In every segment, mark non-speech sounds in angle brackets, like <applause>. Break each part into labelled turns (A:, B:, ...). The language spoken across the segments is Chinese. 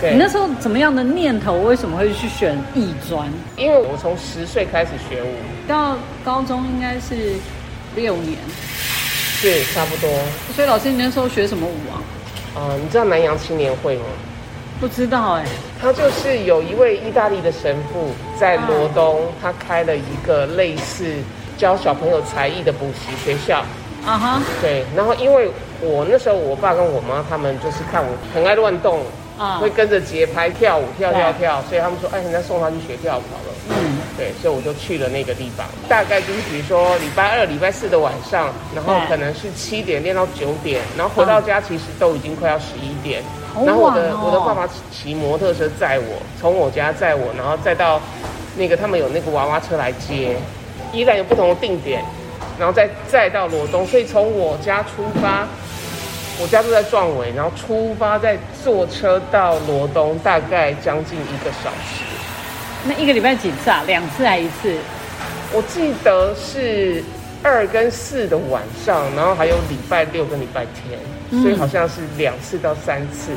A: 对
B: 你那时候怎么样的念头？为什么会去选艺专？
A: 因为我从十岁开始学舞，
B: 到高中应该是六年，
A: 对，差不多。
B: 所以老师你那时候学什么舞啊？
A: 呃，你知道南洋青年会吗？
B: 不知道哎、
A: 他就是有一位意大利的神父在罗东，
B: 啊
A: 他开了一个类似教小朋友才艺的补习学校。
B: 啊哈
A: 对，然后因为我那时候我爸跟我妈他们就是看我很爱乱动，
B: 啊，
A: 会跟着节拍跳舞，跳跳
B: 对
A: 跳，所以他们说，哎，人家送他去学跳舞好了。
B: 嗯，
A: 对，所以我就去了那个地方，大概就是比如说礼拜二、礼拜四的晚上，然后
B: 对嗯
A: 可能是七点练到九点，然后回到家其实都已经快要十一点。
B: 好
A: 然后我
B: 晚
A: 的
B: 哦。
A: 我的爸爸骑骑摩托车载我，从我家载我，然后再到那个他们有那个娃娃车来接，依然有不同的定点，然后再再到罗东，所以从我家出发，我家住在壮围，然后出发再坐车到罗东，大概将近一个小时。
B: 那一个礼拜几次啊？两次还一次？
A: 我记得是二跟四的晚上，然后还有礼拜六跟礼拜
B: 嗯
A: 天，所以好像是两次到三次。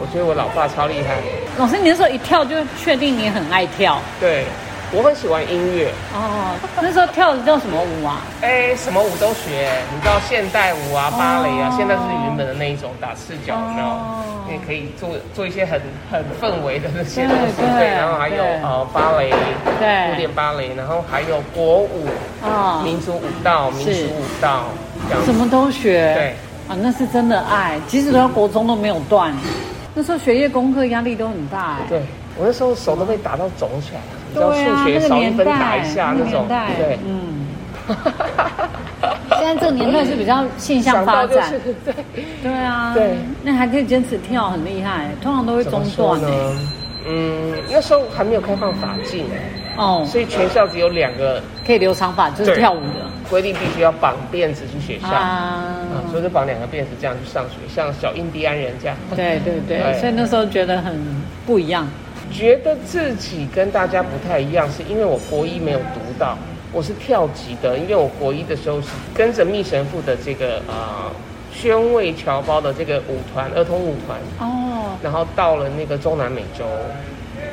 A: 我觉得我老爸超厉害，
B: 老师你那时候一跳就确定你很爱跳
A: 对我很喜欢音乐，
B: 哦。那时候跳的叫什么舞啊？
A: 哎，什么舞都学，你知道现代舞啊、芭蕾啊
B: 哦，
A: 现在是原本的那一种打赤脚，有没
B: 哦
A: 有？你也可以做做一些很很氛围的那些东西，
B: 对对
A: 对，然后还有
B: 对
A: 呃芭蕾、
B: 对
A: 古典芭蕾，然后还有国舞、
B: 啊、
A: 民族舞蹈、民
B: 是
A: 俗舞蹈这样
B: 什
A: 子。
B: 么都学。
A: 对
B: 啊，那是真的爱，即使到国中都没有断。那时候学业功课压力都很大、哎。
A: 对，我那时候手都被打到肿起来，你知道
B: 对啊
A: 数学少一分打一下
B: 那个
A: 那种
B: 年，代
A: 对。
B: 嗯。 <laughs> 现在这个年代是比较现象
A: 想
B: 发
A: 到就
B: 展
A: 是，对，
B: 对啊，
A: 对，
B: 那还可以坚持跳，很厉害。通常都会
A: 怎么
B: 中
A: 说
B: 断哎、
A: 呢？嗯，那时候还没有开放法禁，
B: 哦，
A: 所以全校只有两个
B: 可以留长发，就是
A: 对
B: 跳舞的
A: 规定，必须要绑辫子去学校，啊，
B: 啊。
A: 所以就绑两个辫子这样去上学，像小印第安人这样。
B: 对对对，
A: 对
B: 所以那时候觉得很不一样。
A: 觉得自己跟大家不太一样，是因为我国一没有读到，我是跳级的。因为我国一的时候是跟着密神父的这个呃宣慰侨胞的这个舞团儿童舞团，
B: 哦，
A: 然后到了那个中南美洲，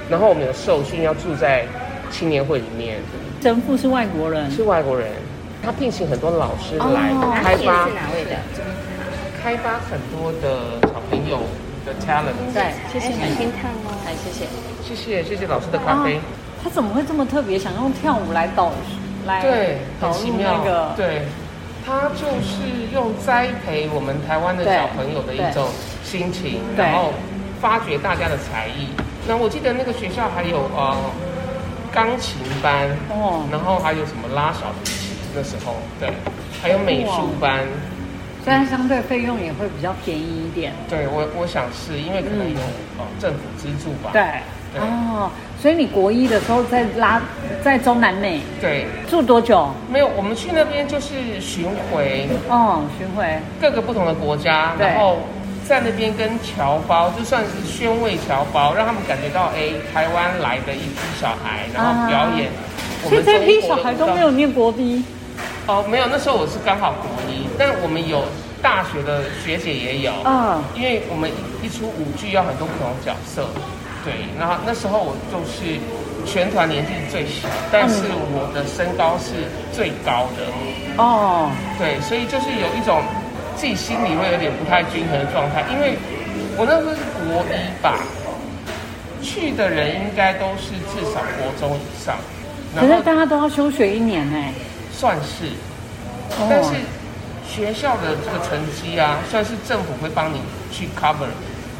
A: 然后我们有受训，要住在青年会里面，
B: 神父是外国人，
A: 是外国人，他聘请很多老师来、
B: 哦
A: 开
C: 是
A: 发
C: 哪位的？
A: 开发很多的小朋友的 talent。
C: 对，
B: 谢谢
C: 想
B: 你
C: 听看哦。
B: 哎，谢谢。
A: 谢谢谢谢老师的咖啡。
B: 啊他怎么会这么特别，想用跳舞来导来
A: 对，
B: 导
A: 很奇
B: 入
A: 妙
B: 那个？
A: 对，他就是用栽培我们台湾的
B: 对
A: 小朋友的一种心情，
B: 对
A: 然后发掘大家的才艺。那我记得那个学校还有呃钢琴班，
B: 哦，
A: 然后还有什么拉小提琴，那时候对，还有美术班。
B: 虽然相对费用也会比较便宜一点。
A: 对我我想是因为可能有、呃政府资助吧。
B: 嗯对，
A: 对
B: 哦，所以你国一的时候在拉在中南美
A: 对，
B: 住多久？
A: 没有，我们去那边就是巡回，
B: 哦，巡回
A: 各个不同的国家，
B: 对
A: 然后在那边跟侨胞，就算是宣慰侨胞，让他们感觉到哎、台湾来的一批小孩，
B: 啊
A: 然后表演我
B: 所以
A: 们
B: 这批
A: 中
B: 小
A: 国的舞蹈。
B: 孩都没有念国一，
A: 哦，没有，那时候我是刚好国一，但我们有大学的学姐也有，
B: 嗯，
A: 因为我们一出舞剧要很多不同的角色，对，然后那时候我就是全团年纪最小，但是
B: 嗯
A: 我的身高是最高的，
B: 哦，
A: 对，所以就是有一种自己心里会有点不太均衡的状态，因为我那时候是国一吧，去的人应该都是至少国中以上，
B: 可
A: 然
B: 是
A: 后
B: 大家都要休学一年哎，
A: 算是，
B: 哦
A: 但是学校的这个成绩啊，算是政府会帮你去 cover，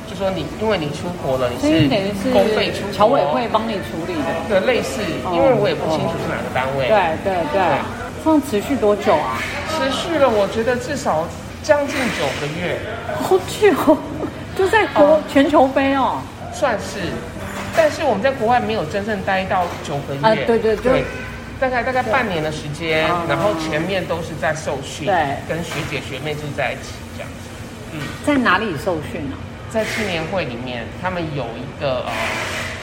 A: 就说你因为你出国了，你
B: 所以等于
A: 是公费出
B: 是
A: 国，
B: 侨委会帮你处理的，
A: 对类似，因为我也不清楚是哪个单位，
B: 对对对，这样持续多久啊？
A: 持续了我觉得至少将近九个月。
B: 好久， <laughs> 就在国
A: 哦
B: 全球杯哦，
A: 算是，但是我们在国外没有真正待到九个月，
B: 啊对对对
A: 大概大概半年的时间
B: 啊，
A: 然后前面都是在受训，
B: 对
A: 跟学姐学妹住在一起这样子。
B: 在哪里受训啊？
A: 在青年会里面，他们有一个呃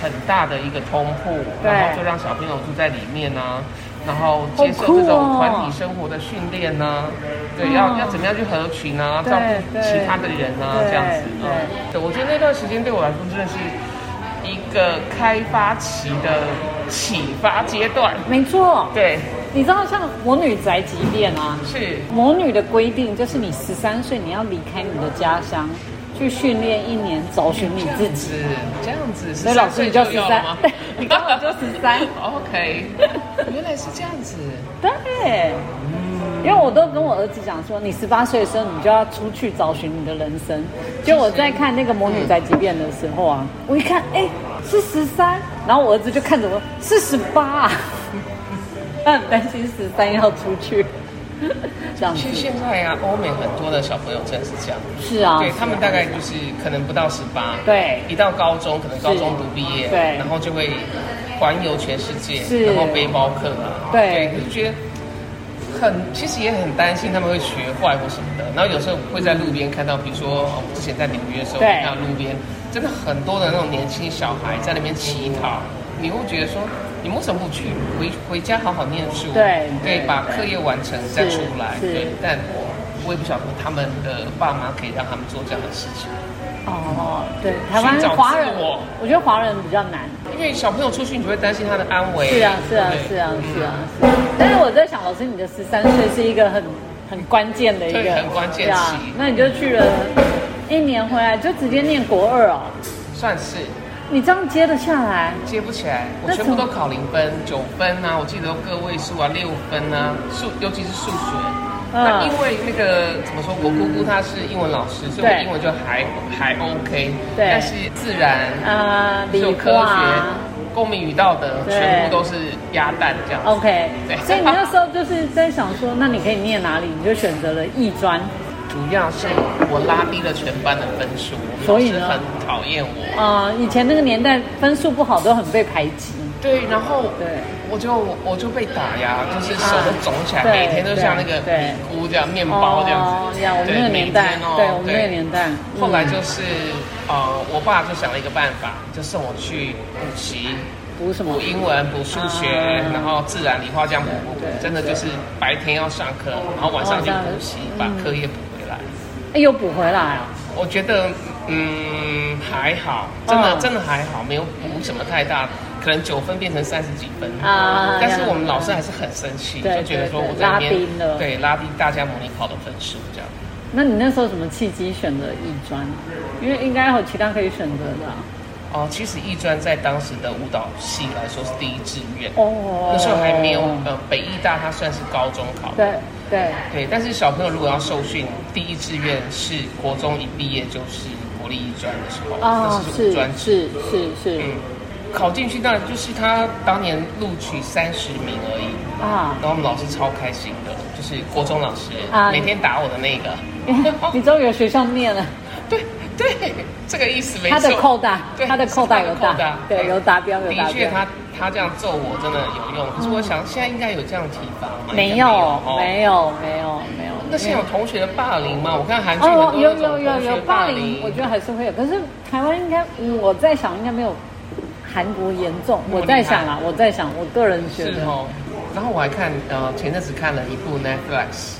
A: 很大的一个通铺，
B: 对
A: 然后就让小朋友住在里面啊，然后接受
B: 好酷哦
A: 这种团体生活的训练呢、对，要
B: 嗯
A: 要怎么样去合群啊，
B: 对
A: 照顾其他的人啊，
B: 对
A: 这样子
B: 对
A: 啊、嗯对，我觉得那段时间对我来说真的是个开发期的启发阶段。
B: 没错，
A: 对，
B: 你知道像《魔女宅急便》啊，
A: 是，
B: 魔女的规定就是你十三岁你要离开你的家乡，去训练一年，找寻你自己。
A: 是这样子。
B: 所以老师你就
A: 13岁有
B: 13
A: 了吗哦
B: 对你刚好就13
A: <laughs>
B: <laughs>
A: OK，原来是这样子。
B: 对，因为我都跟我儿子讲说，你十八岁的时候你就要出去找寻你的人生。就我在看那个《魔女宅急便》的时候啊，我一看，哎，是十三，然后我儿子就看着我，是十八、 <laughs> 啊，他很担心十三要出去， <laughs> 这样子
A: 其实现在啊，欧美很多的小朋友真的是这样，
B: 是啊，
A: 对他们大概就是可能不到十八，
B: 对
A: 一到高中可能高中读毕业，
B: 对
A: 然后就会环游全世界，
B: 是
A: 然后背包客啊，
B: 对
A: 对，就觉得。很，其实也很担心他们会学坏或什么的。然后有时候会在路边看到，比如说哦我之前在纽约的时候，
B: 对
A: 看到路边真的很多的那种年轻小孩在那边乞讨，你会觉得说，你们为什么不去回回家好好念书？
B: 对
A: 对，
B: 对
A: 把课业完成再出来。
B: 是
A: 对，但我也不晓得他们的爸妈可以让他们做这样的事情，
B: 哦，对，台湾华人，我觉得华人比较难。
A: 因为小朋友出去，你就会嗯担心他的安危。
B: 是啊，是啊，
A: 对
B: 是啊，是啊。是啊但是我在想，老师，你的十三岁是一个很很关键的一
A: 对
B: 个，
A: 很关键
B: 对啊
A: 期。
B: 那你就去了一年回来，就直接念国二哦。
A: 算是
B: 你这样接得下来？
A: 接不起来，我
B: 那
A: 全部
B: 怎
A: 都
B: 么
A: 考零分、九分啊，我记得都个位数啊，六分啊，数尤其是数学。
B: 嗯
A: 那因为那个怎么说，我姑姑她是英文老师，所以我
B: 对
A: 英文就还还 OK。
B: 对
A: 但是自然、
B: 呃，
A: 只有
B: 理
A: 科
B: 科啊
A: 学、公民与道德，
B: 对
A: 全部都是鸭蛋这样子。
B: ，OK
A: 对。
B: 所以你那时候就是在想说，那你可以念哪里？你就选择了艺专。
A: 主要是我拉低了全班的分数，
B: 所以呢
A: 老师很讨厌我。
B: 呃，以前那个年代分数不好都很被排挤。
A: 对，然后
B: 对。
A: 我就我就被打呀，就是手都肿起来，
B: 啊对
A: 每天都像那个米
B: 对
A: 糊这样面包这样
B: 哦
A: 子。
B: 呀，我们那个
A: 每天
B: 年代，
A: 哦
B: 对我们那个年代。
A: 后来就
B: 嗯
A: 是呃，我爸就想了一个办法，就送我去补习，
B: 读什么
A: 补？英文、补数学，
B: 啊
A: 然后自然、理化这样补补补
B: 对，对
A: 真的就是白天要上课，然后晚上就补习，把
B: 嗯
A: 课业补回来。
B: 哎，又补回来啊。
A: 我觉得，嗯，还好，真的、
B: 嗯
A: 真的还好，没有补什么太大，可能九分变成三十几分
B: 啊
A: 但是
B: 呀
A: 我们老师还是很生气，
B: 对
A: 就觉得说
B: 对对
A: 我在那边
B: 拉低了
A: 对拉低大家模拟考的分数这样。
B: 那你那时候什么契机选择艺专？啊因为应该有其他可以选择的啊、
A: 哦，其实艺专在当时的舞蹈系来说是第一志愿，
B: 哦
A: 那时候还没有呃北艺大，它算是高中考。
B: 对对
A: 对，但是小朋友如果要受训，第一志愿是国中一毕业就是国立艺专的时候，
B: 啊，
A: 那是
B: 是
A: 五专制
B: 是是是
A: 嗯，考进去当然就是他当年录取三十名而已，
B: 啊
A: 然，后我们老师超开心的，就是国中老师、
B: 啊
A: 每天打我的那
B: <laughs>
A: 个，哦
B: 你终于有学校念了，
A: 对对，这个意思没错。
B: 他的扣大，
A: 对
B: 他的扣大有
A: 他的
B: 大，对，有达标有达
A: 的确
B: 标。
A: 他他这样揍我真的有用，可是我想现在应该有这样提法吗？
B: 没
A: 应该
B: 有
A: 哦
B: 没有没有没有，
A: 那现在有同学的霸凌吗？我看韩剧很
B: 哦
A: 多，
B: 有
A: 那种
B: 有有
A: 同学
B: 有霸凌，我觉得还是会有。可是台湾应该，嗯，我在想应该没有韩国严重。
A: 那么
B: 我在
A: 厉害
B: 想啦，我在想，我个人觉
A: 是
B: 得，
A: 哦。然后我还看呃前阵子看了一部 Netflix，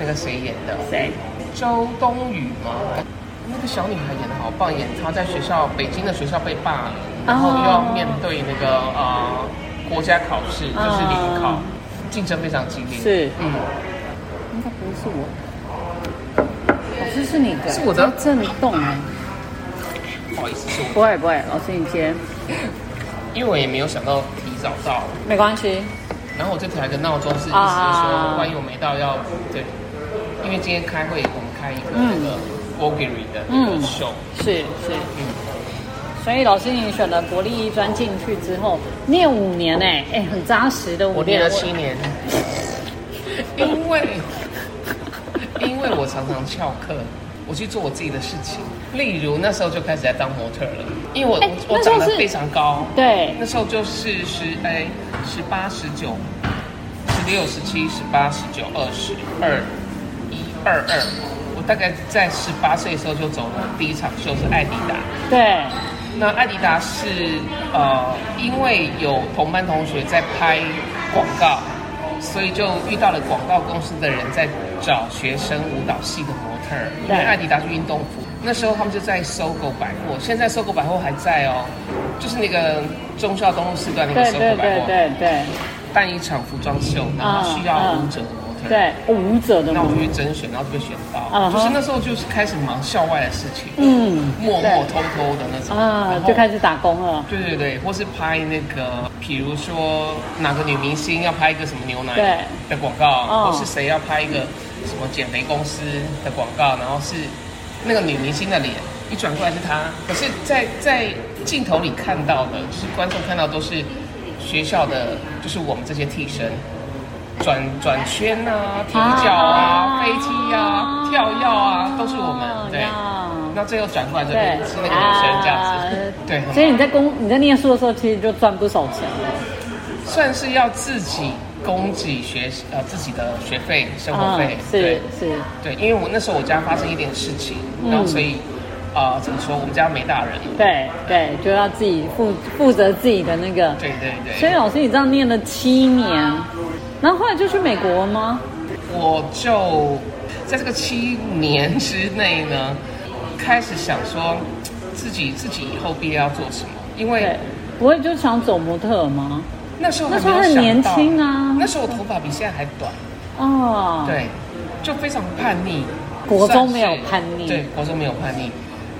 A: 那个谁演的？
B: 谁？
A: 周冬雨吗？那个小女孩演的好棒，演她在学校北京的学校被霸凌，然后
B: 哦
A: 又要面对那个呃国家考试，就是联考
B: 哦，
A: 竞争非常激烈。
B: 是
A: 嗯，
B: 应该不是我的，老师是你的，
A: 是我的
B: 它震动哎，
A: 不好意思，是我，
B: 不会不会，老师你接，
A: 因为我也没有想到提早到，
B: 没关系，
A: 然后我这调一个闹钟是意思是说
B: 啊，
A: 万一我没到要对，因为今天开会我们开一个那
B: 嗯
A: 个 v o g u e r y 的那个
B: 嗯
A: show，
B: 是是，所以老师你选了国立一专进去之后，念五年哎哎，很扎实的
A: 我
B: 五
A: 练
B: 年，
A: 了七年，因为因为我常常翘课，我去做我自己的事情。例如那时候就开始在当模特了，因为我、
B: 哎
A: 我我
B: 那时
A: 长
B: 候
A: 得
B: 是
A: 非常高，
B: 对
A: 那时候就是十哎十八十九十六十七十八十九二十二一二二，我大概在十八岁的时候就走了第一场秀是艾迪达。
B: 对，
A: 那艾迪达是呃，因为有同班同学在拍广告，所以就遇到了广告公司的人在找学生舞蹈系的模特儿，因为
B: 对
A: 艾迪达是运动服，那时候他们就在搜狗百货，现在搜狗百货还在哦，就是那个忠孝东路四段那个
B: 对
A: 搜狗
B: 对
A: 百
B: 对
A: 货，
B: 对对
A: 办一场服装秀，然后需要舞者的模特，
B: 啊对，舞者的
A: 那我
B: 嘛
A: 就，去甄选，然后就被选到，
B: 嗯哼
A: 就是那时候就是开始忙校外的事情，
B: 嗯
A: 默默偷偷的那种，
B: 啊
A: 然，后
B: 就开始打工了。
A: 对对对，或是拍那个，比如说哪个女明星要拍一个什么牛
B: 对
A: 奶的广告，
B: 哦
A: 或是谁要拍一个什么减肥公司的广告，然后是那个女明星的脸一转过来是她，可是在，在镜头里看到的，就是观众看到都是学校的，就是我们这些替身。转转圈啊，踢脚啊，飞踢啊，跳跃啊，都是我们。对，
B: 呀
A: 那最后转过来就
B: 对啊
A: 是那个女生这样子。对，很
B: 所以你在工你在念书的时候，其实就赚不少钱了。
A: 算是要自己供给学习呃自己的学费、生活费，
B: 啊嗯是
A: 对
B: 是，
A: 对，因为我那时候我家发生一点事情，
B: 嗯
A: 然后所以啊、呃怎么说，我们家没大人，
B: 对对，就要自己负负责自己的那个。
A: 对对
B: 所以
A: 对，
B: 老师，你这样念了七年，然后后来就去美国了吗？
A: 我就在这个七年之内呢，开始想说自己自己以后毕业要做什么，因为
B: 对，我也就想走模特儿吗？
A: 那时候还
B: 那时候
A: 没有
B: 很年
A: 想到
B: 轻啊
A: 那时候我头发比现在还短，
B: 哦，，
A: 对，就非常叛逆。
B: 国中
A: 算是
B: 没有叛逆
A: 对，国中没有叛逆。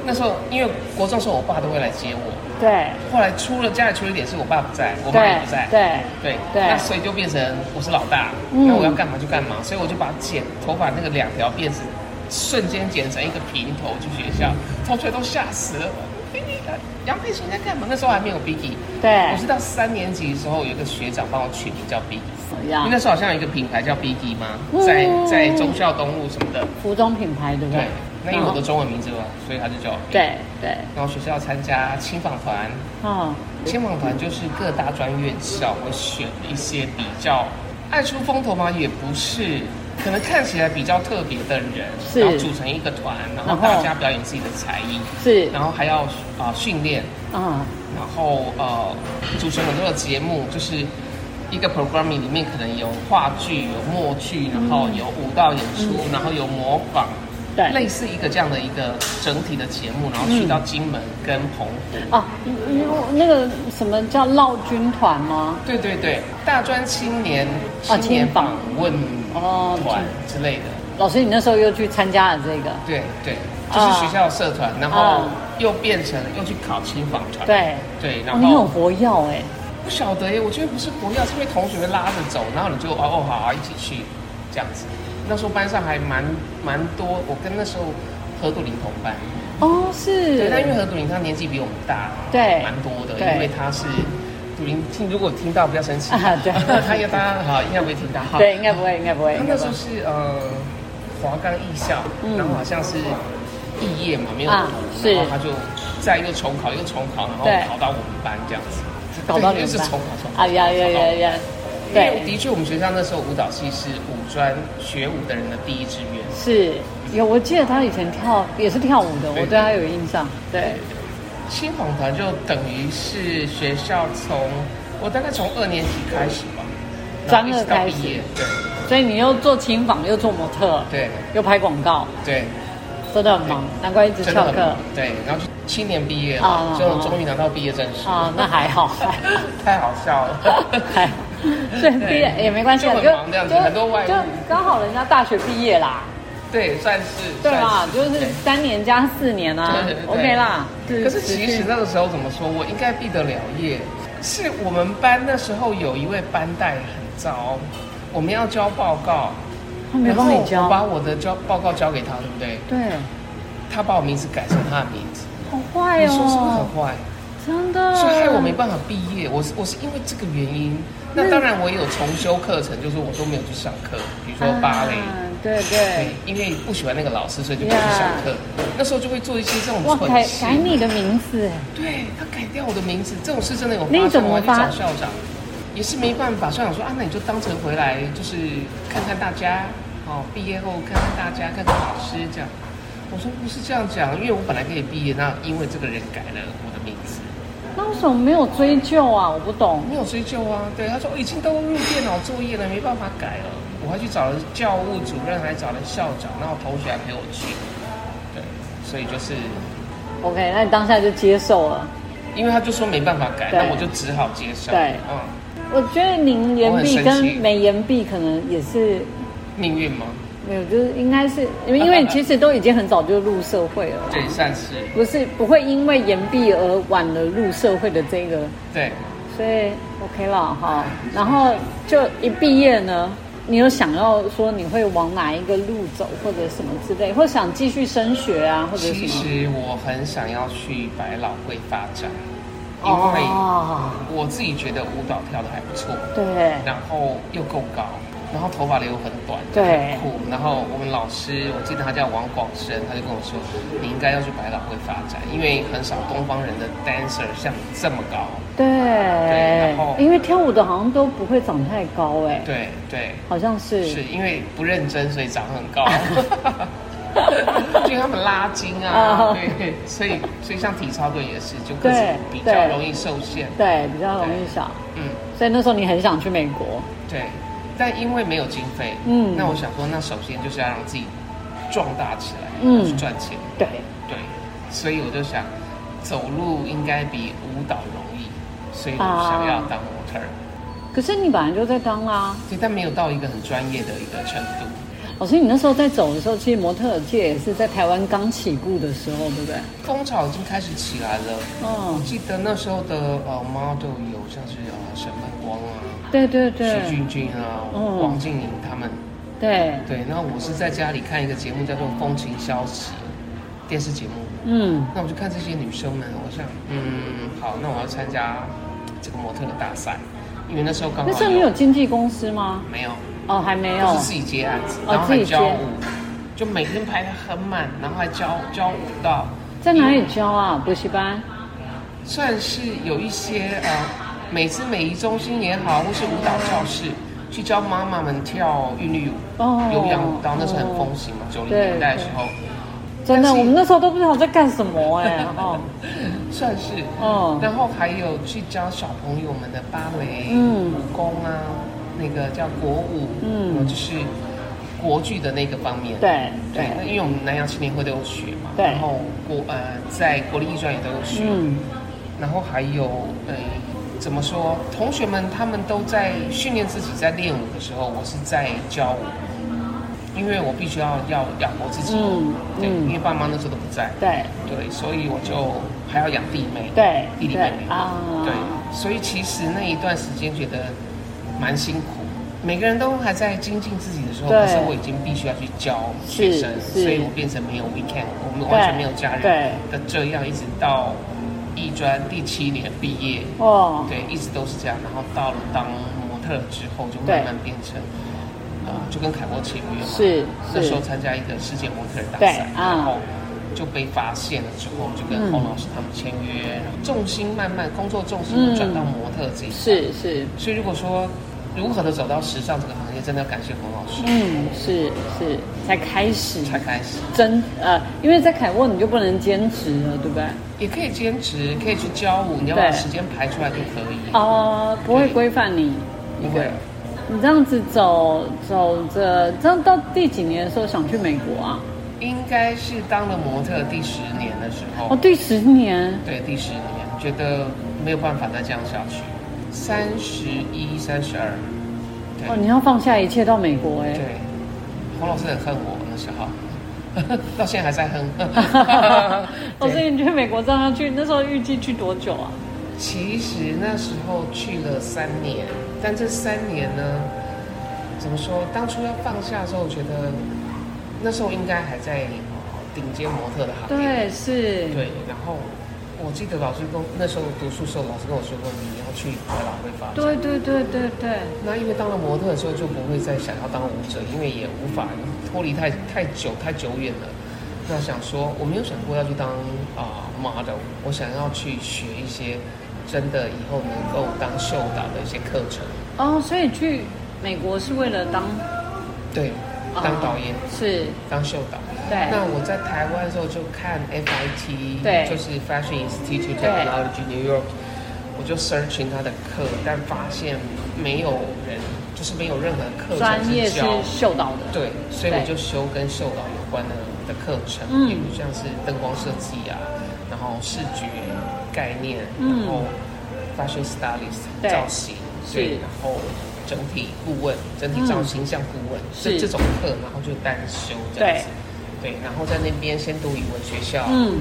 A: 那时候因为国中的时候，我爸都会来接我。
B: 对
A: 后来出了家里出了一点事，我爸不在，我妈也
B: 对
A: 不在。
B: 对
A: 对
B: 对
A: 那所以就变成我是老大，
B: 嗯
A: 那我要干嘛就干嘛，所以我就把剪头发那个两条辫子瞬间剪成一个平头去学校，同学都吓死了。哎你呃杨佩欣在干嘛？那时候还没有 Biggie，
B: 对
A: 我，是到三年级的时候，有一个学长帮我取名叫 Biggie。
B: 怎么
A: 因为
B: 样
A: 那？时候好像有一个品牌叫 BD 嘛，
B: 嗯
A: 在在忠孝东路什么的。
B: 服装品牌对不
A: 对
B: 对，？
A: 那因为我的中文名字嘛，所以他就叫我 BD。
B: 对对，
A: 然后学校参加青访团，
B: 哦，
A: 青访团就是各大专院校会选一些比较爱出风头嘛，也不是，可能看起来比较特别的人，
B: 是
A: 然后组成一个团，然后
B: 然后
A: 大家表演自己的才艺，
B: 是
A: 然后还要啊、训练，
B: 啊，
A: 然后呃，主持很多的节目，就是一个 programming 里面可能有话剧、有默剧，然后有舞蹈演出，然后有模仿，
B: 对
A: 类似一个这样的一个整体的节目，然后去到金门跟澎湖。
B: 啊，那个什么叫绕军团吗？
A: 对对对，大专青年
B: 哦
A: 青年
B: 青访
A: 访问
B: 哦
A: 团之类的，
B: 老师，你那时候又去参加了这个，
A: 对对，就是学校的社团，然后
B: 哦
A: 又变成又去考青访团。
B: 对，
A: 对，然
B: 哦、你很
A: 后
B: 活跃哎、
A: 不晓得耶，我觉得不是国药，是被同学拉着走，然后你就哦哦好啊，一起去这样子。那时候班上还蛮蛮多，我跟那时候何杜林同班，
B: 哦，是，
A: 对，但因为何杜林他年纪比我们大，
B: 对
A: 蛮多的，
B: 对
A: 因为他是杜林听，如果听到不要生气
B: 啊对
A: <laughs> 他应该大家好，应该不会听到，哈
B: 对，应该不会，应该不会，
A: 他
B: 应该
A: 那时
B: 不会
A: 候是呃华冈艺校，
B: 嗯
A: 然后好像是肄业嘛，没有
B: 啊
A: 读，
B: 是
A: 然后他就再又重考又重考，然后
B: 对
A: 考到我们班这样子，
B: 搞到你
A: 对又
B: 们
A: 是
B: 班
A: 重考重考，
B: 啊呀呀
A: 重考
B: 呀呀，
A: 因为
B: 对，
A: 的确，我们学校那时候舞蹈系是舞专学舞的人的第一志愿。
B: 是有，我记得他以前跳也是跳舞的，
A: 对
B: 我对他有印象，对，
A: 新访团就等于是学校从我大概从二年级开始吧，然后一直到毕业，对
B: 所以你又做琴房，又做模特，
A: 对
B: 又拍广告，
A: 对，
B: 真的很忙，难怪一直
A: 真的
B: 翘
A: 很
B: 课
A: 忙对，然后就七年毕业
B: 啊
A: 了，就终于拿到毕业证书
B: 啊，那
A: <laughs>
B: 还好，还好。
A: 太好笑了。
B: <laughs> 哎，对，毕业也没关系啊，
A: 就很忙这样子，很多外
B: 就
A: 务，
B: 刚好人家大学毕业啦，
A: 对，算是
B: 对啦
A: 算，是
B: 就是
A: 对
B: 三年加四年啊
A: 对对对
B: ，OK 啦。
A: 可是其实那个时候怎么说，我应该毕得了业。是我们班那时候有一位班代很糟，我们要交报告，
B: 他没帮
A: 然
B: 你
A: 后我把
B: 教，
A: 我的交报告交给他，对不对？
B: 对，
A: 他把我名字改成他的名字，
B: 好坏
A: 你说是不是很
B: 哦，
A: 坏？
B: 真的。
A: 所以害我没办法毕业，我是我是因为这个原因。
B: 嗯
A: 那当然我也有重修课程，就是我都没有去上课，比如说芭蕾。
B: 啊对
A: 对
B: 对，，
A: 因为不喜欢那个老师，所以就不去上课。那时候就会做一些这种
B: 哇，
A: 蠢
B: 改
A: 事
B: 改。你的名字哎，
A: 对他改掉我的名字，这种事真的有发生。
B: 那你怎么
A: 我还去
B: 发
A: 找校长？也是没办法，校长说啊，那你就当成回来，就是看看大家，哦，毕业后看看大家，看看老师这样。我说不是这样讲，因为我本来可以毕业，那因为这个人改了我的名字，
B: 那为什么没有追究啊？我不懂。
A: 没有追究啊。对，他说、哦已经都入电脑作业了，没办法改了。我还去找了教务主任，还找了校长，然后同学还陪我去。对，所以就是，
B: OK，那你当下就接受了。
A: 因为他就说没办法改，
B: 对
A: 那我就只好接受。
B: 对
A: 嗯，
B: 我觉得零岩
A: 我
B: 壁
A: 很生
B: 跟
A: 气
B: 没岩壁可能也是
A: 命运吗？
B: 没有，就是应该是因为因为你其实都已经很早就入社会了啦，
A: 对，算是
B: 不是不会因为岩壁而晚了入社会的这个，
A: 对。
B: 所以 OK 了哈。然后就一毕业呢，你有想要说你会往哪一个路走，或者什么之类，或想继续升学啊，或者什
A: 其
B: 么？
A: 实我很想要去百老汇发展，因为
B: 哦，
A: 我自己觉得舞蹈跳的还不错，
B: 对
A: 然后又够高，然后头发留很短，
B: 对
A: 很酷。然后我们老师，我记得他叫王广生，他就跟我说，你应该要去百老汇发展，因为很少东方人的 dancer 像你这么高。
B: 对
A: 然后，
B: 因为跳舞的好像都不会长太高哎、
A: 对对，
B: 好像是
A: 是因为不认真，所以长很 <laughs> 高。就他们拉筋
B: 啊
A: 啊，对，所以所以像体操队也是，就各自
B: 对
A: 比
B: 对
A: 较容易受限。
B: 对，比较容易想。
A: 嗯，
B: 所以那时候你很想去美国，
A: 对。但因为没有经费，
B: 嗯
A: 嗯，那我想说，那首先就是要让自己壮大起来，嗯，
B: 嗯
A: 去赚钱，
B: 对，
A: 对。所以我就想，走路应该比舞蹈容易，所以我
B: 啊
A: 想要当模特儿，
B: 可是你本来就在当啦、
A: 对，但没有到一个很专业的一个程度。
B: 老师，你那时候在走的时候，其实模特儿界也是在台湾刚起步的时候，对不对？
A: 风潮已经开始起来了，我
B: 嗯，
A: 记得那时候的呃 model 有像是呃沈曼光啊、
B: 对对
A: 徐
B: 对
A: 俊俊啊、
B: 嗯
A: 王静莹他们。
B: 对，
A: 对，那我是在家里看一个节目叫做《风情消息》电视节目，
B: 嗯，
A: 那我就看这些女生们，我想，嗯，好，那我要参加这个模特的大赛，因为那时候刚好
B: 那时候你有经纪公司吗？
A: 没有，
B: 哦，还没
A: 就
B: 有
A: 是。自己接案子，
B: 哦
A: 然后
B: 自
A: 还
B: 己接
A: 教舞，就每天排的很满，然后还教教舞蹈，
B: 在哪里教啊？补习班？
A: 算是有一些呃，每次美仪中心也好，或是舞蹈教室，去教妈妈们跳韵律舞、
B: 哦
A: 有氧舞蹈，那是很风行嘛，九零年代的时候，
B: 哦真的，
A: 但是
B: 我们那时候都不知道在干什么哎、
A: <laughs>
B: 哦，
A: 算是。
B: 哦
A: 然后还有去教小朋友们的芭蕾、
B: 嗯
A: 武功啊，那个叫国舞，
B: 嗯
A: 嗯，就是国剧的那个方面。
B: 对
A: 对
B: 对，
A: 那因为我们南洋青年会都有学嘛，
B: 对
A: 然后国呃在国立艺专也都有学，
B: 嗯，
A: 然后还有呃，怎么说？同学们他们都在训练自己在练舞的时候，我是在教舞，因为我必须要要养活自己，
B: 嗯
A: 对，
B: 嗯
A: 因为爸妈那时候都不在，
B: 对
A: 对，所以我就还要养弟妹，
B: 对
A: 弟弟
B: 对
A: 妹妹，
B: 啊，
A: 对，所以其实那一段时间觉得蛮辛苦。每个人都还在精进自己的时候，
B: 对
A: 可是我已经必须要去教学生，
B: 是是
A: 所以我变成没有 weekend，我们完全没有假日
B: 对
A: 的这样，一直到艺专第七年毕业，
B: 哦，
A: 对，一直都是这样。然后到了当模特之后，就慢慢变成，呃，就跟凯国签约嘛，
B: 是
A: 那时
B: 是
A: 候参加一个世界模特儿大
B: 对
A: 赛，
B: 啊嗯
A: 然后就被发现了之后，就跟洪老师他们签约，然后重心慢慢工作重心
B: 嗯
A: 就转到模特这一块。
B: 是是，
A: 所以如果说如何的走到时尚这个行业，真的要感谢洪老师，
B: 嗯，是是，才开始
A: 才开始
B: 真呃，因为在凯沃你就不能兼职了，对不对？
A: 也可以兼职，可以去教舞，你要把
B: 对
A: 时间排出来就可以。
B: 哦、不会规范你，
A: 不会，
B: 你这样子走走着，这样到第几年的时候想去美国啊？
A: 应该是当了模特第十年的时候
B: 哦，，第十年，
A: 对，第十年，觉得没有办法再这样下去，三十一、三十二，对、
B: 哦，你要放下一切到美国哎、。
A: 对，洪老师很恨我那时候， <laughs> 到现在还在恨
B: 老师，
A: 对
B: 哦你去美国这样要去，那时候预计去多久啊？
A: 其实那时候去了三年，但这三年呢，怎么说？当初要放下的时候，我觉得那时候应该还在顶尖模特的行业。
B: 对，是，
A: 对，然后我记得老师跟我那时候读书时候，老师跟我说过，你要去百老汇发展。
B: 对对对对对，
A: 那因为当了模特的时候，就不会再想要当舞者，因为也无法脱离太太久太久远了。那想说，我没有想过要去当啊、model，我想要去学一些真的以后能够当秀导的一些课程。
B: 哦，所以去美国是为了当
A: 对，当导演，
B: 哦是，
A: 当秀导。
B: 对，
A: 那我在台湾的时候就看 FIT，
B: 对
A: 就是 Fashion Institute
B: 对
A: Technology New York，我就 searching 他的课，但发现没有人就是没有任何课程
B: 专业
A: 是
B: 是
A: 教
B: 秀导的，
A: 对，所以
B: 对
A: 我就修跟秀导有关的的课程，
B: 嗯
A: 比如像是灯光设计啊，然后视觉概念，
B: 嗯
A: 然后 fashion stylist
B: 对
A: 造型，
B: 是嗯
A: 对，然后整体顾问、整体造型像顾问，
B: 是
A: 这这种课，然后就单修这样子，对，然后在那边先读语文学校，
B: 嗯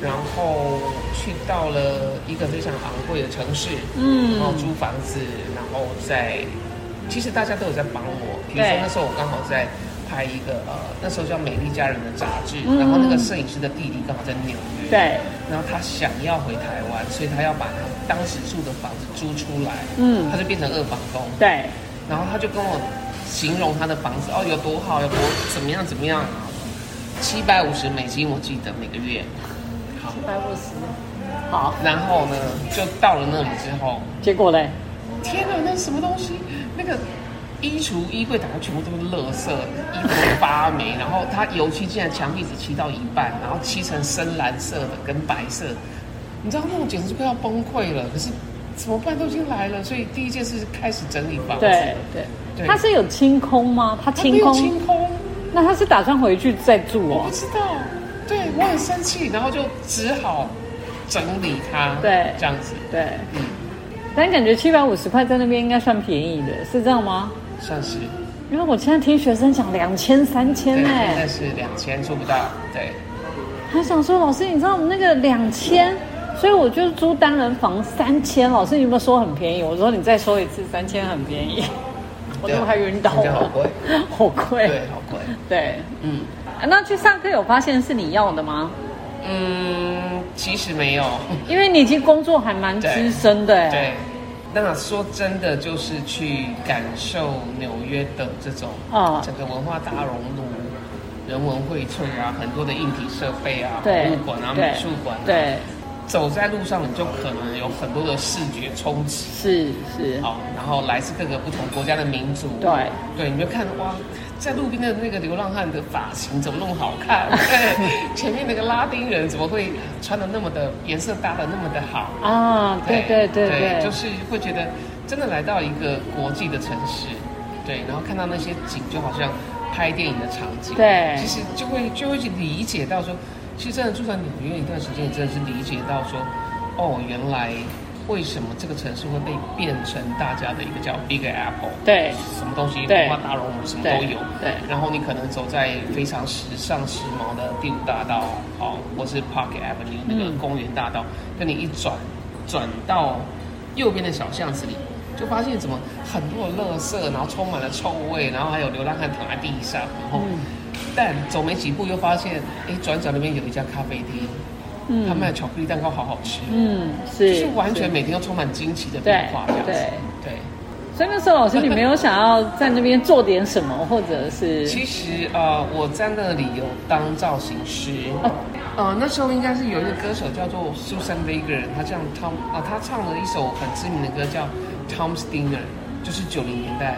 A: 然后去到了一个非常昂贵的城市，
B: 嗯
A: 然后租房子，然后再，其实大家都有在帮我。比如说
B: 对
A: 那时候我刚好在拍一个呃，那时候叫《美丽佳人》的杂志，
B: 嗯
A: 然后那个摄影师的弟弟刚好在纽约，，
B: 对，
A: 然后他想要回台湾，所以他要把他当时住的房子租出来，
B: 嗯
A: 他就变成二房东，
B: 对，
A: 然后他就跟我形容他的房子哦有多好，有多怎么样怎么样，啊七百五十美金我记得每个月。好
B: 七百五十，好，
A: 然后呢，就到了那里之后，
B: 结果嘞，
A: 天哪，那是什么东西？那个衣橱、衣柜打开全部都是垃圾，衣服都发霉，然后它油漆竟然墙壁只漆到一半，然后漆成深蓝色的跟白色，你知道那种简直就快要崩溃了。可是怎么办？都已经来了，所以第一件事是开始整理房子。
B: 对对，
A: 对
B: 他是有清空吗？他
A: 它没
B: 清
A: 有
B: 空，
A: 清空，
B: 那他是打算回去再住
A: 我
B: 哦
A: 不？知道。对我很生气，然后就只好整理它。
B: 对
A: 这样子。
B: 对，
A: 嗯，
B: 但感觉七百五十块在那边应该算便宜的，是这样吗？
A: 算是。
B: 因为我现在听学生讲两千、三千
A: 对，现
B: 哎
A: 在，是两千做不到，对，
B: 还想说老师，你知道我们那个两千，所以我就租单人房三千。老师，你有没有说很便宜？我说你再说一次，三千很便宜，我
A: 对啊
B: 都还晕倒
A: 真的好
B: 了，
A: 贵，
B: <laughs> 好贵。
A: 对，好贵，
B: 对
A: 嗯
B: 啊那去上课有发现是你要的吗？
A: 嗯，其实没有，
B: 因为你已经工作还蛮资深的哎。
A: 对，那说真的就是去感受纽约的这种
B: 啊
A: 整个文化大熔炉。人文荟萃啊，很多的硬体设备啊，博
B: 对
A: 物馆啊，
B: 对
A: 美术馆、啊，，
B: 对，
A: 走在路上你就可能有很多的视觉冲击，
B: 是是，
A: 好，然后来自各个不同国家的民族，
B: 对
A: 对，你就看哇，在路边的那个流浪汉的发型怎么那么好
B: <laughs>
A: 看？对，前面那个拉丁人怎么会穿的那么的颜色搭的那么的好？
B: 啊，对对对对，
A: 就是会觉得真的来到一个国际的城市，对，然后看到那些景，就好像拍电影的场景，
B: 对
A: 其实就会就会去理解到说，其实真的住在纽约一段时间，你真的是理解到说，哦，原来为什么这个城市会被变成大家的一个叫 Big Apple，
B: 对
A: 什么东西
B: 对
A: 文化大熔炉什么都
B: 对
A: 有，
B: 对
A: 然后你可能走在非常时尚时髦的第五大道，哦，或是 Park Avenue 那个
B: 嗯
A: 公园大道，跟你一转转到右边的小巷子里，就发现怎么很多的垃圾，然后充满了臭味，然后还有流浪汉躺在地上，然后、
B: 嗯
A: 但走没几步又发现，哎，转角那边有一家咖啡厅，他
B: 嗯
A: 卖的巧克力蛋糕好好吃，
B: 嗯
A: 就是是完全每天都充满惊奇的
B: 对
A: 变化，这样子，
B: 对
A: 对
B: 所以那时候老师，你没有想要在那边做点什么，或者是
A: 其实呃，我在那里有当造型师
B: 哦。
A: 呃，那时候应该是有一个歌手叫做 Susan Vega，她这样 Tom 啊、她唱了一首很知名的歌叫 Tom's Dinner，就是九零年代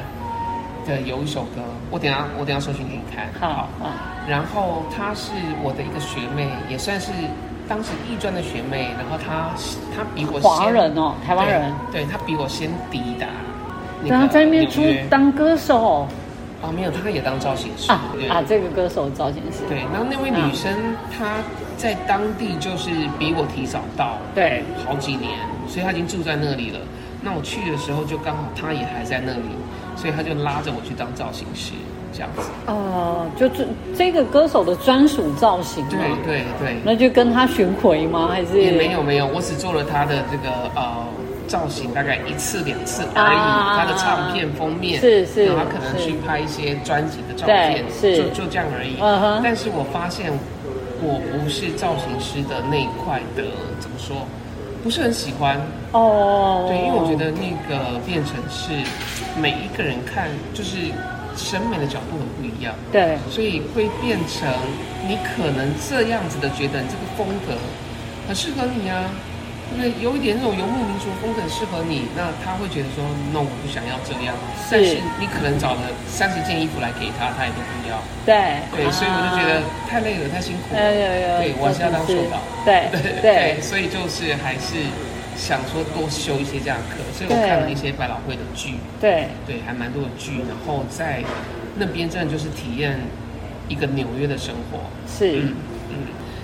A: 的有一首歌，我等一下我等一下搜寻给你看。
B: 好啊好
A: 然后她是我的一个学妹，也算是当时艺专的学妹，然后她她比我先
B: 华人哦，台湾人，
A: 对，对她比我先抵达个纽约。
B: 然后在那边出当歌手哦
A: 啊、没有，她也当造型师
B: 啊
A: 对
B: 啊，这个歌手造型师，
A: 对，然后那位女生、她在当地就是比我提早到
B: 对
A: 好几年，所以她已经住在那里了。那我去的时候就刚好她也还在那里，所以她就拉着我去当造型师，这样子。
B: 呃，就这这个歌手的专属造型
A: 对
B: 嘛，
A: 对对，
B: 那就跟他巡回吗？还是
A: 也没有没有，我只做了她的这个呃造型，大概一次两次而已。
B: 啊
A: 她的唱片封面
B: 是是
A: 然后她可能
B: 是
A: 去拍一些专辑的照片，
B: 对是
A: 就就这样而已。
B: 嗯哼
A: 但是我发现我不是造型师的那一块的，怎么说，不是很喜欢。
B: 哦，
A: 对，因为我觉得那个变成是每一个人看，就是审美的角度很不一样，
B: 对
A: 所以会变成你可能这样子的觉得你这个风格很适合你啊。因为有一点那种游牧民族风格很适合你，那他会觉得说，no，我不想要这样。但是你可能找了三十件衣服来给他，他也都不要。啊
B: 对啊
A: 对，所以我就觉得太累了，太辛苦了。
B: 哎有有，
A: <laughs> 对我还是要当
B: 造型师
A: 秀导
B: 对对
A: 对，所以就是还是想说多修一些这样的课，所以我看了一些百老汇的剧，
B: 对，
A: 对，还蛮多的剧，然后在那边真的就是体验一个纽约的生活。
B: 是、
A: 嗯嗯，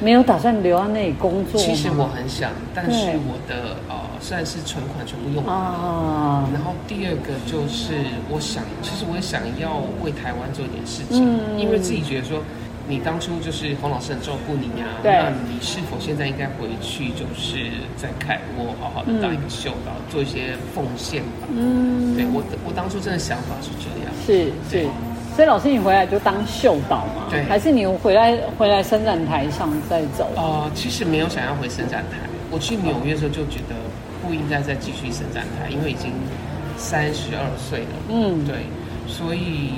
B: 没有打算留在啊那里工作吗
A: 其实我很想，但是
B: 对
A: 我的呃算是存款全部用完了。
B: 啊，
A: 然后第二个就是，我想，其实我也想要为台湾做一点事情，
B: 嗯
A: 因为自己觉得说，你当初就是洪老师很照顾你呀、
B: 对
A: 那你是否现在应该回去，就是在凯沃好好的当一个秀导，做一些奉献吧？
B: 嗯，
A: 对我，我当初真的想法是这样，
B: 是
A: 对
B: 是。所以老师，你回来就当秀导嘛？
A: 对
B: 还是你回来回来伸展台上再走？
A: 呃，其实没有想要回伸展台，我去纽约的时候就觉得不应该再继续伸展台，因为已经三十二岁了。
B: 嗯，
A: 对，所以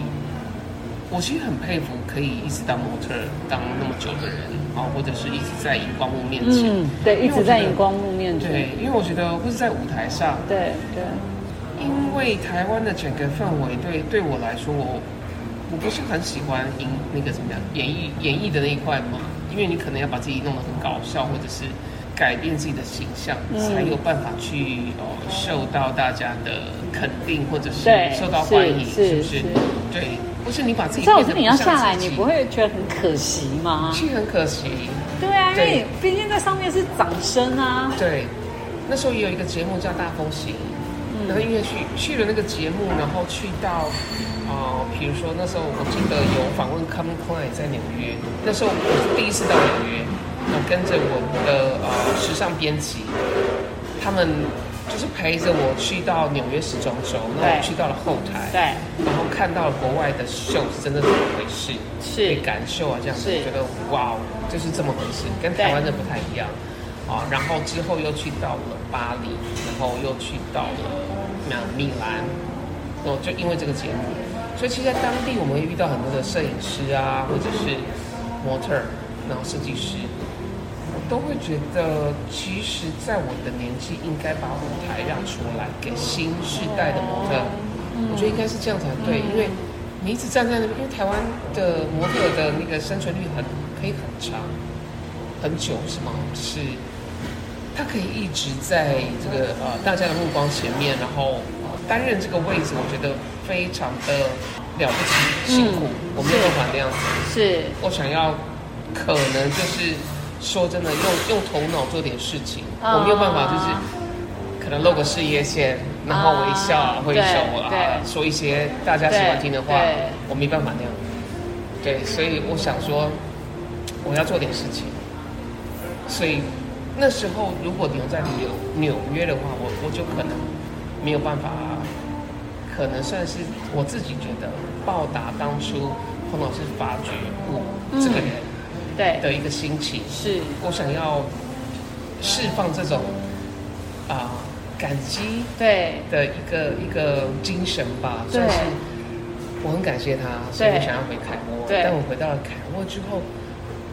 A: 我其实很佩服可以一直当模特儿当那么久的人啊，或者是一直在荧光幕面前。
B: 嗯，对，一
A: 因为我觉
B: 直在
A: 得
B: 荧光幕面前。
A: 对，因为我觉得或是在舞台上，
B: 对对，
A: 因为台湾的整个氛围对对我来说，我我不是很喜欢演那个怎么样演绎演绎的那一块嘛，因为你可能要把自己弄得很搞笑，或者是改变自己的形象，
B: 嗯
A: 才有办法去哦受到大家的肯定，或者是
B: 对
A: 受到欢迎，
B: 是
A: 是不
B: 是
A: 是
B: 是？
A: 对，不是你把自己
B: 所以
A: 变
B: 老师
A: 得
B: 你要
A: 不像
B: 下来，
A: 自
B: 你
A: 己
B: 不会觉得很可惜吗？
A: 其实很可惜，
B: 对啊，因
A: 对
B: 为毕竟在上面是掌声啊。
A: 对，那时候也有一个节目叫《大风行》，
B: 嗯
A: 然后因为去去了那个节目，然后去到，呃，比如说那时候我记得有访问 Calvin Klein 在纽约，那时候我第一次到纽约，然后跟着我的呃时尚编辑，他们就是陪着我去到纽约时装周，那我
B: 对
A: 去到了后台，
B: 对，
A: 然后看到了国外的秀是真的怎么回事，
B: 是
A: 可以感受啊，这样子
B: 是
A: 觉得哇，哦，就是这么回事，跟台湾的不太一样啊。然后之后又去到了巴黎，然后又去到了米米兰，哦，就因为这个节目，所以其实在当地我们会遇到很多的摄影师啊，或者是模特儿，然后设计师。我都会觉得，其实在我的年纪，应该把舞台让出来给新世代的模特儿。我觉得应该是这样才对，因为你一直站在那边，因为台湾的模特儿的那个生存率很可以很长，很久是吗？是，他可以一直在这个呃大家的目光前面，然后呃担任这个位置，我觉得非常的了不起，辛苦，我没有办法那样子。
B: 是，
A: 我想要，可能就是说真的，用用头脑做点事情，
B: 啊
A: 我没有办法，就是可能露个事业线，然后微笑啊
B: 啊，
A: 挥手啊，
B: 对
A: 说一些大家喜欢听的话
B: 对对，
A: 我没办法那样。对，所以我想说，我要做点事情。所以那时候如果留在纽纽约的话，我我就可能没有办法，可能算是我自己觉得报答当初洪老师发掘我这个人
B: 对，
A: 的一个心情，
B: 是，
A: 我想要释放这种啊、感激
B: 对，
A: 的一个一个精神吧，
B: 对
A: 算是我很感谢他，所以
B: 对
A: 我想要回凯沃，
B: 对
A: 但我回到了凯沃之后，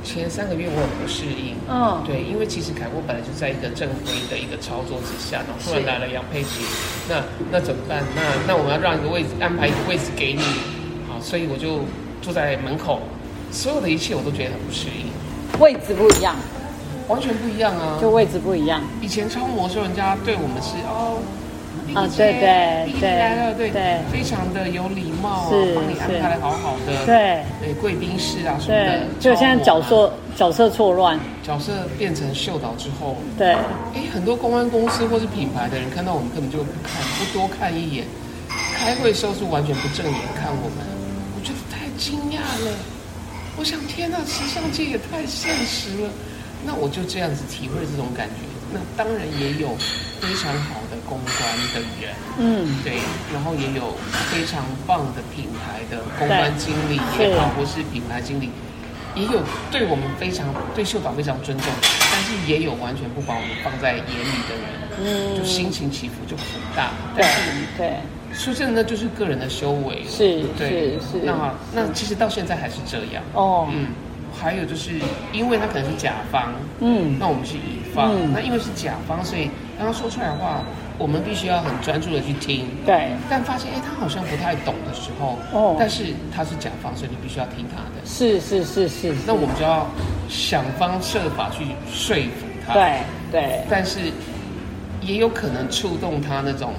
A: 前三个月我很不适应。
B: 嗯，
A: 对，因为其实凯沃本来就在一个正规的一个操作之下，然后突然来了杨佩琪，那那怎么办？那那我们要让一个位置安排一个位置给你，好，所以我就坐在门口，所有的一切我都觉得很不适应，
B: 位置不一样，
A: 完全不一样啊！
B: 就位置不一样。
A: 以前超模的时候，人家对我们是哦。
B: 啊
A: 丽姐
B: 对对
A: 丽姐
B: 对
A: 来了，对
B: 对
A: 非常的有礼貌啊，
B: 是
A: 帮你安排的好好的，，
B: 对，
A: 对，贵宾室啊什么
B: 对
A: 的，，
B: 就现在角
A: 超模啊
B: 色角色错乱，
A: 角色变成秀导之后，
B: 对，
A: 哎，很多公关公司或是品牌的人看到我们根本就不看，不多看一眼，开会的时候是完全不正眼看我们，我觉得太惊讶了。我想，天呐，时尚界也太现实了。那我就这样子体会这种感觉。那当然也有非常好的公关的人，
B: 嗯，
A: 对，然后也有非常棒的品牌的公关经理
B: 对
A: 也好，或是品牌经理，也有对我们非常对秀导非常尊重的，但是也有完全不把我们放在眼里的人，就心情起伏就很大。
B: 嗯对嗯
A: 但是
B: 对，
A: 说真的，那就是个人的修为了。
B: 是
A: 对
B: 是是
A: 那那其实到现在还是这样。
B: 哦，
A: 嗯，还有就是因为他可能是甲方，
B: 嗯，
A: 那我们是乙方，
B: 嗯
A: 那因为是甲方，所以当他说出来的话，我们必须要很专注的去听。
B: 对，
A: 但发现哎、诶他好像不太懂的时候，
B: 哦
A: 但是他是甲方，所以你必须要听他的。
B: 是是是是，
A: 那我们就要想方设法去说服他。，
B: 对对
A: 但是也有可能触动他那种，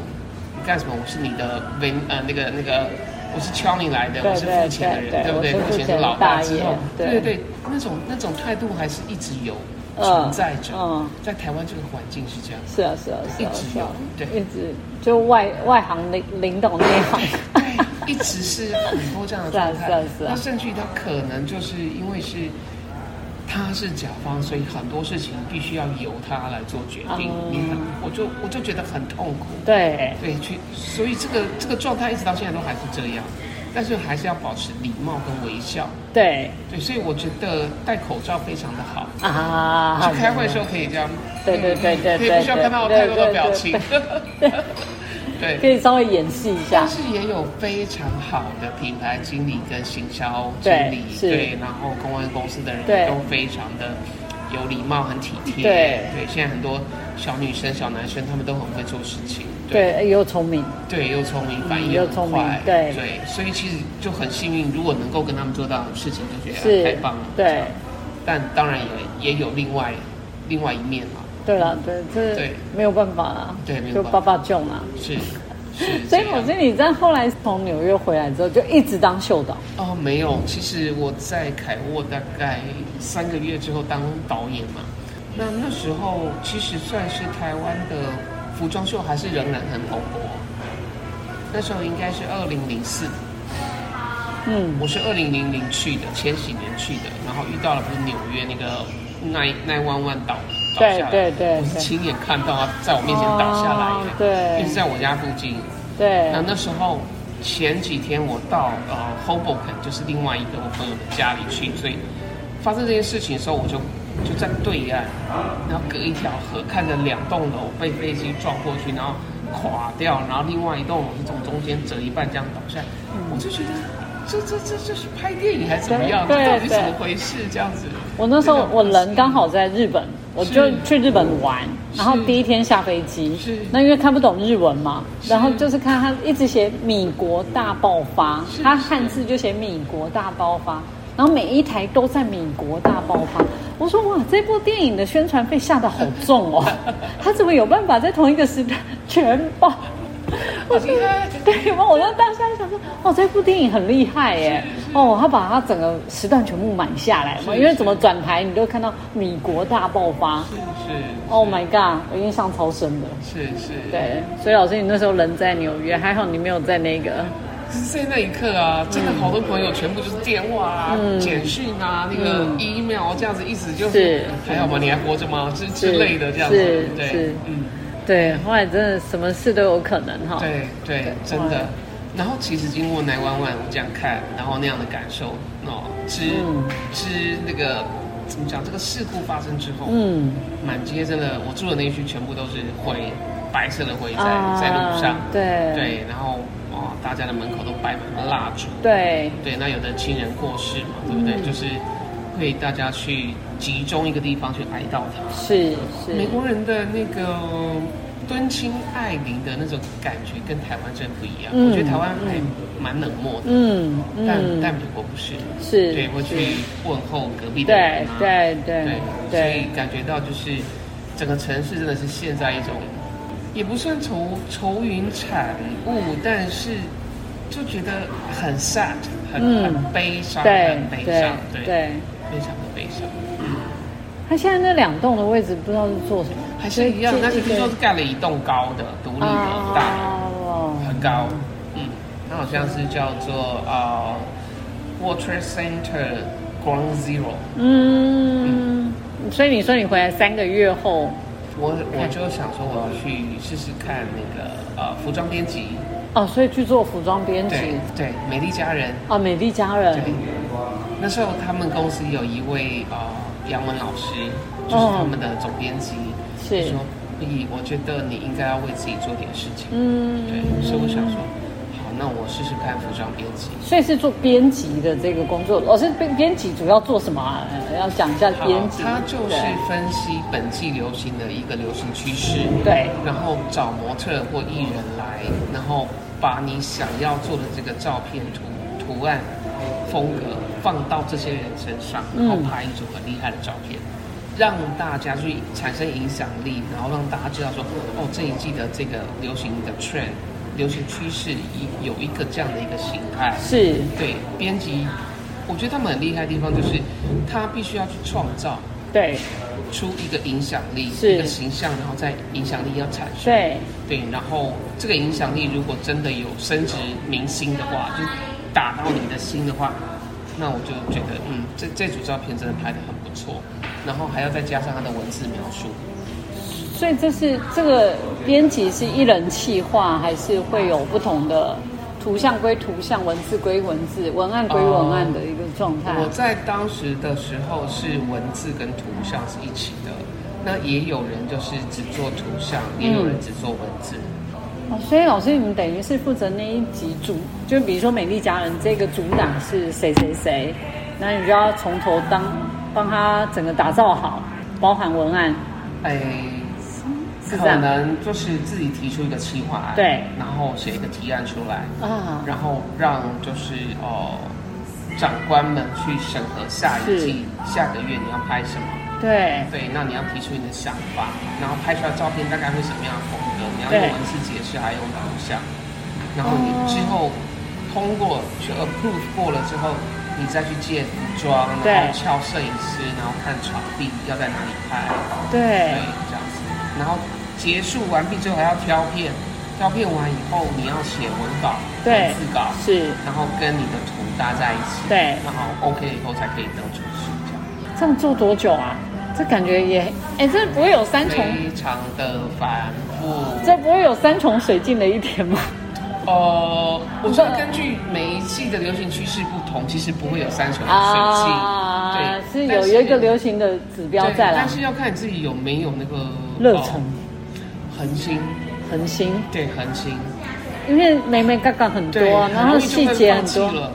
A: 你干什么？我是你的为呃那个那个，我是敲你来的，
B: 对
A: 我是付钱的人，
B: 对对
A: 对不对？
B: 我是付
A: 付钱
B: 钱
A: 是
B: 的
A: 老大
B: 大
A: 之
B: 爷
A: 后，
B: 对
A: 对对，那种那种态度还是一直有
B: 嗯
A: 存在着
B: 嗯，
A: 在台湾这个环境是这样。
B: 是啊，是啊，是啊，
A: 一直
B: 是啊
A: 有对
B: 一直就外外行领领导内行，
A: <laughs> 对，一直是很多这样的状态。
B: 是啊是啊是啊
A: 那甚至于他可能就是因为是他是甲方，所以很多事情必须要由他来做决定。
B: 哦
A: 你很，我就我就觉得很痛苦。
B: 对，
A: 对，去，所以这个这个状态一直到现在都还是这样，但是还是要保持礼貌跟微笑。
B: 对
A: 对，所以我觉得戴口罩非常的好。
B: 啊，
A: 去开会的时候可以这样，
B: 对对对对
A: 嗯可
B: 对
A: 以不需要看到
B: 对
A: 太多的
B: 对
A: 表
B: 对
A: 情
B: 对。
A: <laughs> 对
B: 可，以稍微演戏一下
A: 但，是也有非常好的品牌经理跟行销经
B: 对
A: 理，
B: 是
A: 对，然后公关公司的人
B: 对
A: 都非常的有礼貌、很体贴。
B: 对
A: 现在很多小女生、小男生他们都很会做事情。
B: 对，又聪明，
A: 对，又聪明，反应
B: 嗯
A: 又
B: 又
A: 很
B: 聪明
A: 快，
B: 对
A: 对，所以其实就很幸运，如果能够跟他们做到的事情，就觉得哎
B: 是
A: 太棒了。
B: 对
A: 这样，但当然也也有另外另外一面嘛，
B: 对了，对，这
A: 对
B: 没有办法啦，
A: 对没有
B: 就
A: 办
B: 爸
A: 法
B: 爸救嘛。
A: 是是这
B: <laughs> 所以
A: 样。
B: 我觉得你在后来从纽约回来之后，就一直当秀导，
A: 哦，没有，其实我在凯沃大概三个月之后当导演嘛，那那时候其实算是台湾的服装秀还是仍然很蓬勃，那时候应该是二零零四
B: 嗯，
A: 我是二零零零去的，前几年去的，然后遇到了不是纽约那个奈奈湾湾倒倒
B: 对
A: 下来，
B: 对对
A: 我是
B: 对
A: 亲眼看到他在我面前倒下来
B: 哦
A: 耶，
B: 对
A: 一直在我家附近。
B: 对
A: 那那时候前几天我到呃 Hoboken，就是另外一个我朋友的家里去，所以发生这件事情的时候，我就就在对岸，然后隔一条河，看着两栋楼被飞机撞过去，然后垮掉，然后另外一栋楼是从中间折一半这样倒下来，我就觉得。这这这这是拍电影还是怎么样？这
B: 对
A: 到底
B: 对
A: 怎么回事？这样子。
B: 我那时候
A: 真的
B: 我人刚好在日本，我就是去日本玩，然后第一天下飞机
A: 是，
B: 那因为看不懂日文嘛，
A: 是
B: 然后就是看他一直写米国大爆发
A: 是，
B: 他汉字就写米国大爆发，然后每一台都在米国大爆发。我说哇，这部电影的宣传费下的好
A: <laughs>
B: 重哦，他怎么有办法在同一个时段全爆？我说
A: 厉害啊
B: 对，我那当下想说，哦，这部电影很厉害耶！哦，他把他整个时段全部买下来嘛，
A: 是
B: 因为
A: 是
B: 怎么转台你都看到米国大爆发。
A: 是是
B: Oh my god！我印象超深的。
A: 是是，
B: 对，所以老师，你那时候人在纽约，还好你没有在那个，
A: 是在那一刻啊，真的好多朋友全部就是电话啊、
B: 嗯
A: 简讯啊、那个 email 这样子，一直就是还好吗？你还活着吗？之之
B: 是
A: 类的这样子
B: 是，
A: 对
B: 是，
A: 嗯，
B: 对，后来真的什么事都有可能哈。
A: 对对，真
B: 哇
A: 的。然后其实经过奶湾湾，我这样看，然后那样的感受，哦，之
B: 嗯
A: 之那个怎么讲？这个事故发生之后，
B: 嗯，
A: 满街真的，我住的那一区全部都是灰，白色的灰在
B: 啊
A: 在路上，
B: 对
A: 对，然后哦，大家的门口都摆满了蜡烛，
B: 对，
A: 对，那有的亲人过世嘛，对不
B: 嗯
A: 对？就是会大家去集中一个地方去哀悼他。
B: 是是，
A: 美国人的那个敦亲爱邻的那种感觉跟台湾真不一样。
B: 嗯
A: 我觉得台湾还蛮冷漠的，
B: 嗯
A: 但但
B: 嗯，
A: 美国不是，
B: 是
A: 对，会去问候隔壁的
B: 对
A: 人啊，
B: 对对
A: 对，所
B: 对
A: 以感觉到就是整个城市真的是现在一种，也不算愁愁云惨雾，但是就觉得很 sad，很、
B: 嗯
A: 很悲伤，
B: 对
A: 很悲
B: 对
A: 伤，对，
B: 对。
A: 非常的悲伤，
B: 他现在那两栋的位置不知道是做什么，
A: 还是一样，
B: 就
A: 但是
B: 一个
A: 听说是盖了一栋高的独立的大楼。
B: 哦，
A: 很高，嗯，它好像是叫做呃 Water Center Ground Zero。
B: 嗯，所以你说你回来三个月后，
A: 我我就想说我要去试试看那个呃服装编辑，
B: 哦，所以去做服装编辑，
A: 对对，美丽佳人，
B: 哦，美丽佳人
A: 对，，那时候他们公司有一位呃杨文老师，就是他们的总编辑，
B: 哦是
A: 就说，咦，我觉得你应该要为自己做点事情，对
B: 嗯，，
A: 所以我想说，好，那我试试看服装编辑。
B: 所以是做编辑的这个工作。老师，编编辑主要做什么啊？呃要讲一下
A: 好
B: 编辑，
A: 它就是分析本季流行的一个流行趋势，
B: 对对
A: 然后找模特儿或艺人来，然后把你想要做的这个照片图图案风格放到这些人身上，然后
B: 嗯
A: 拍一组很厉害的照片。让大家去产生影响力，然后让大家知道说，哦，这一季的这个流行的 trend、流行趋势一有一个这样的一个形态。
B: 是
A: 对，编辑，我觉得他们很厉害的地方就是，他必须要去创造
B: 对
A: 出一个影响力，
B: 是
A: 一个形象，然后再影响力要产生。
B: 对
A: 对，然后这个影响力如果真的有升值明星的话，就打到你的心的话，那我就觉得，嗯，这这组照片真的拍得很不错，然后还要再加上它的文字描述，
B: 所以这是这个编辑是一人气化，还是会有不同的图像归图像，文字归文字，文案归文案的一个状态？
A: 我在当时的时候是文字跟图像是一起的，那也有人就是只做图像，也有人只做文字。
B: 哦，所以老师，你们等于是负责那一集主，就比如说《美丽佳人》这个主档是谁谁谁，那你就要从头当帮他整个打造好，包含文案，
A: 哎，
B: 嗯是这
A: 可
B: 样
A: 能就是自己提出一个企划案，
B: 对，
A: 然后写一个提案出来，
B: 啊，
A: 然后让就是哦、长官们去审核下一季、下个月你要拍什么。
B: 对
A: 对，那你要提出你的想法，然后拍出来照片大概会什么样的风格？你要用
B: 对
A: 文字解释，还有图像。然后你之后通过去 approve 过了之后，你再去借服装，
B: 对
A: 然后敲摄影师，然后看场地要在哪里拍，对
B: 对，，
A: 这样子。然后结束完毕之后还要挑片，挑片完以后你要写文稿、
B: 对
A: 文字稿，
B: 是
A: 然后跟你的图搭在一起，
B: 对
A: 然后 OK 以后才可以登出市这样
B: 这样做多久啊？这感觉也，哎，这不会有三重，
A: 非常的繁复。
B: 这不会有三重水尽的一天吗？
A: 呃，我说根据每一季的流行趋势不同，其实不会有三重水季，
B: 啊是
A: 啊对，
B: 有有一个流行的指标
A: 对
B: 在啦
A: 但，是要看你自己有没有那个
B: 热忱、
A: 呃恒心，
B: 恒心，
A: 对恒心，
B: 因为美美嘎嘎很多
A: 对，，
B: 然后细节很
A: 很容易就会
B: 多
A: 放弃。了，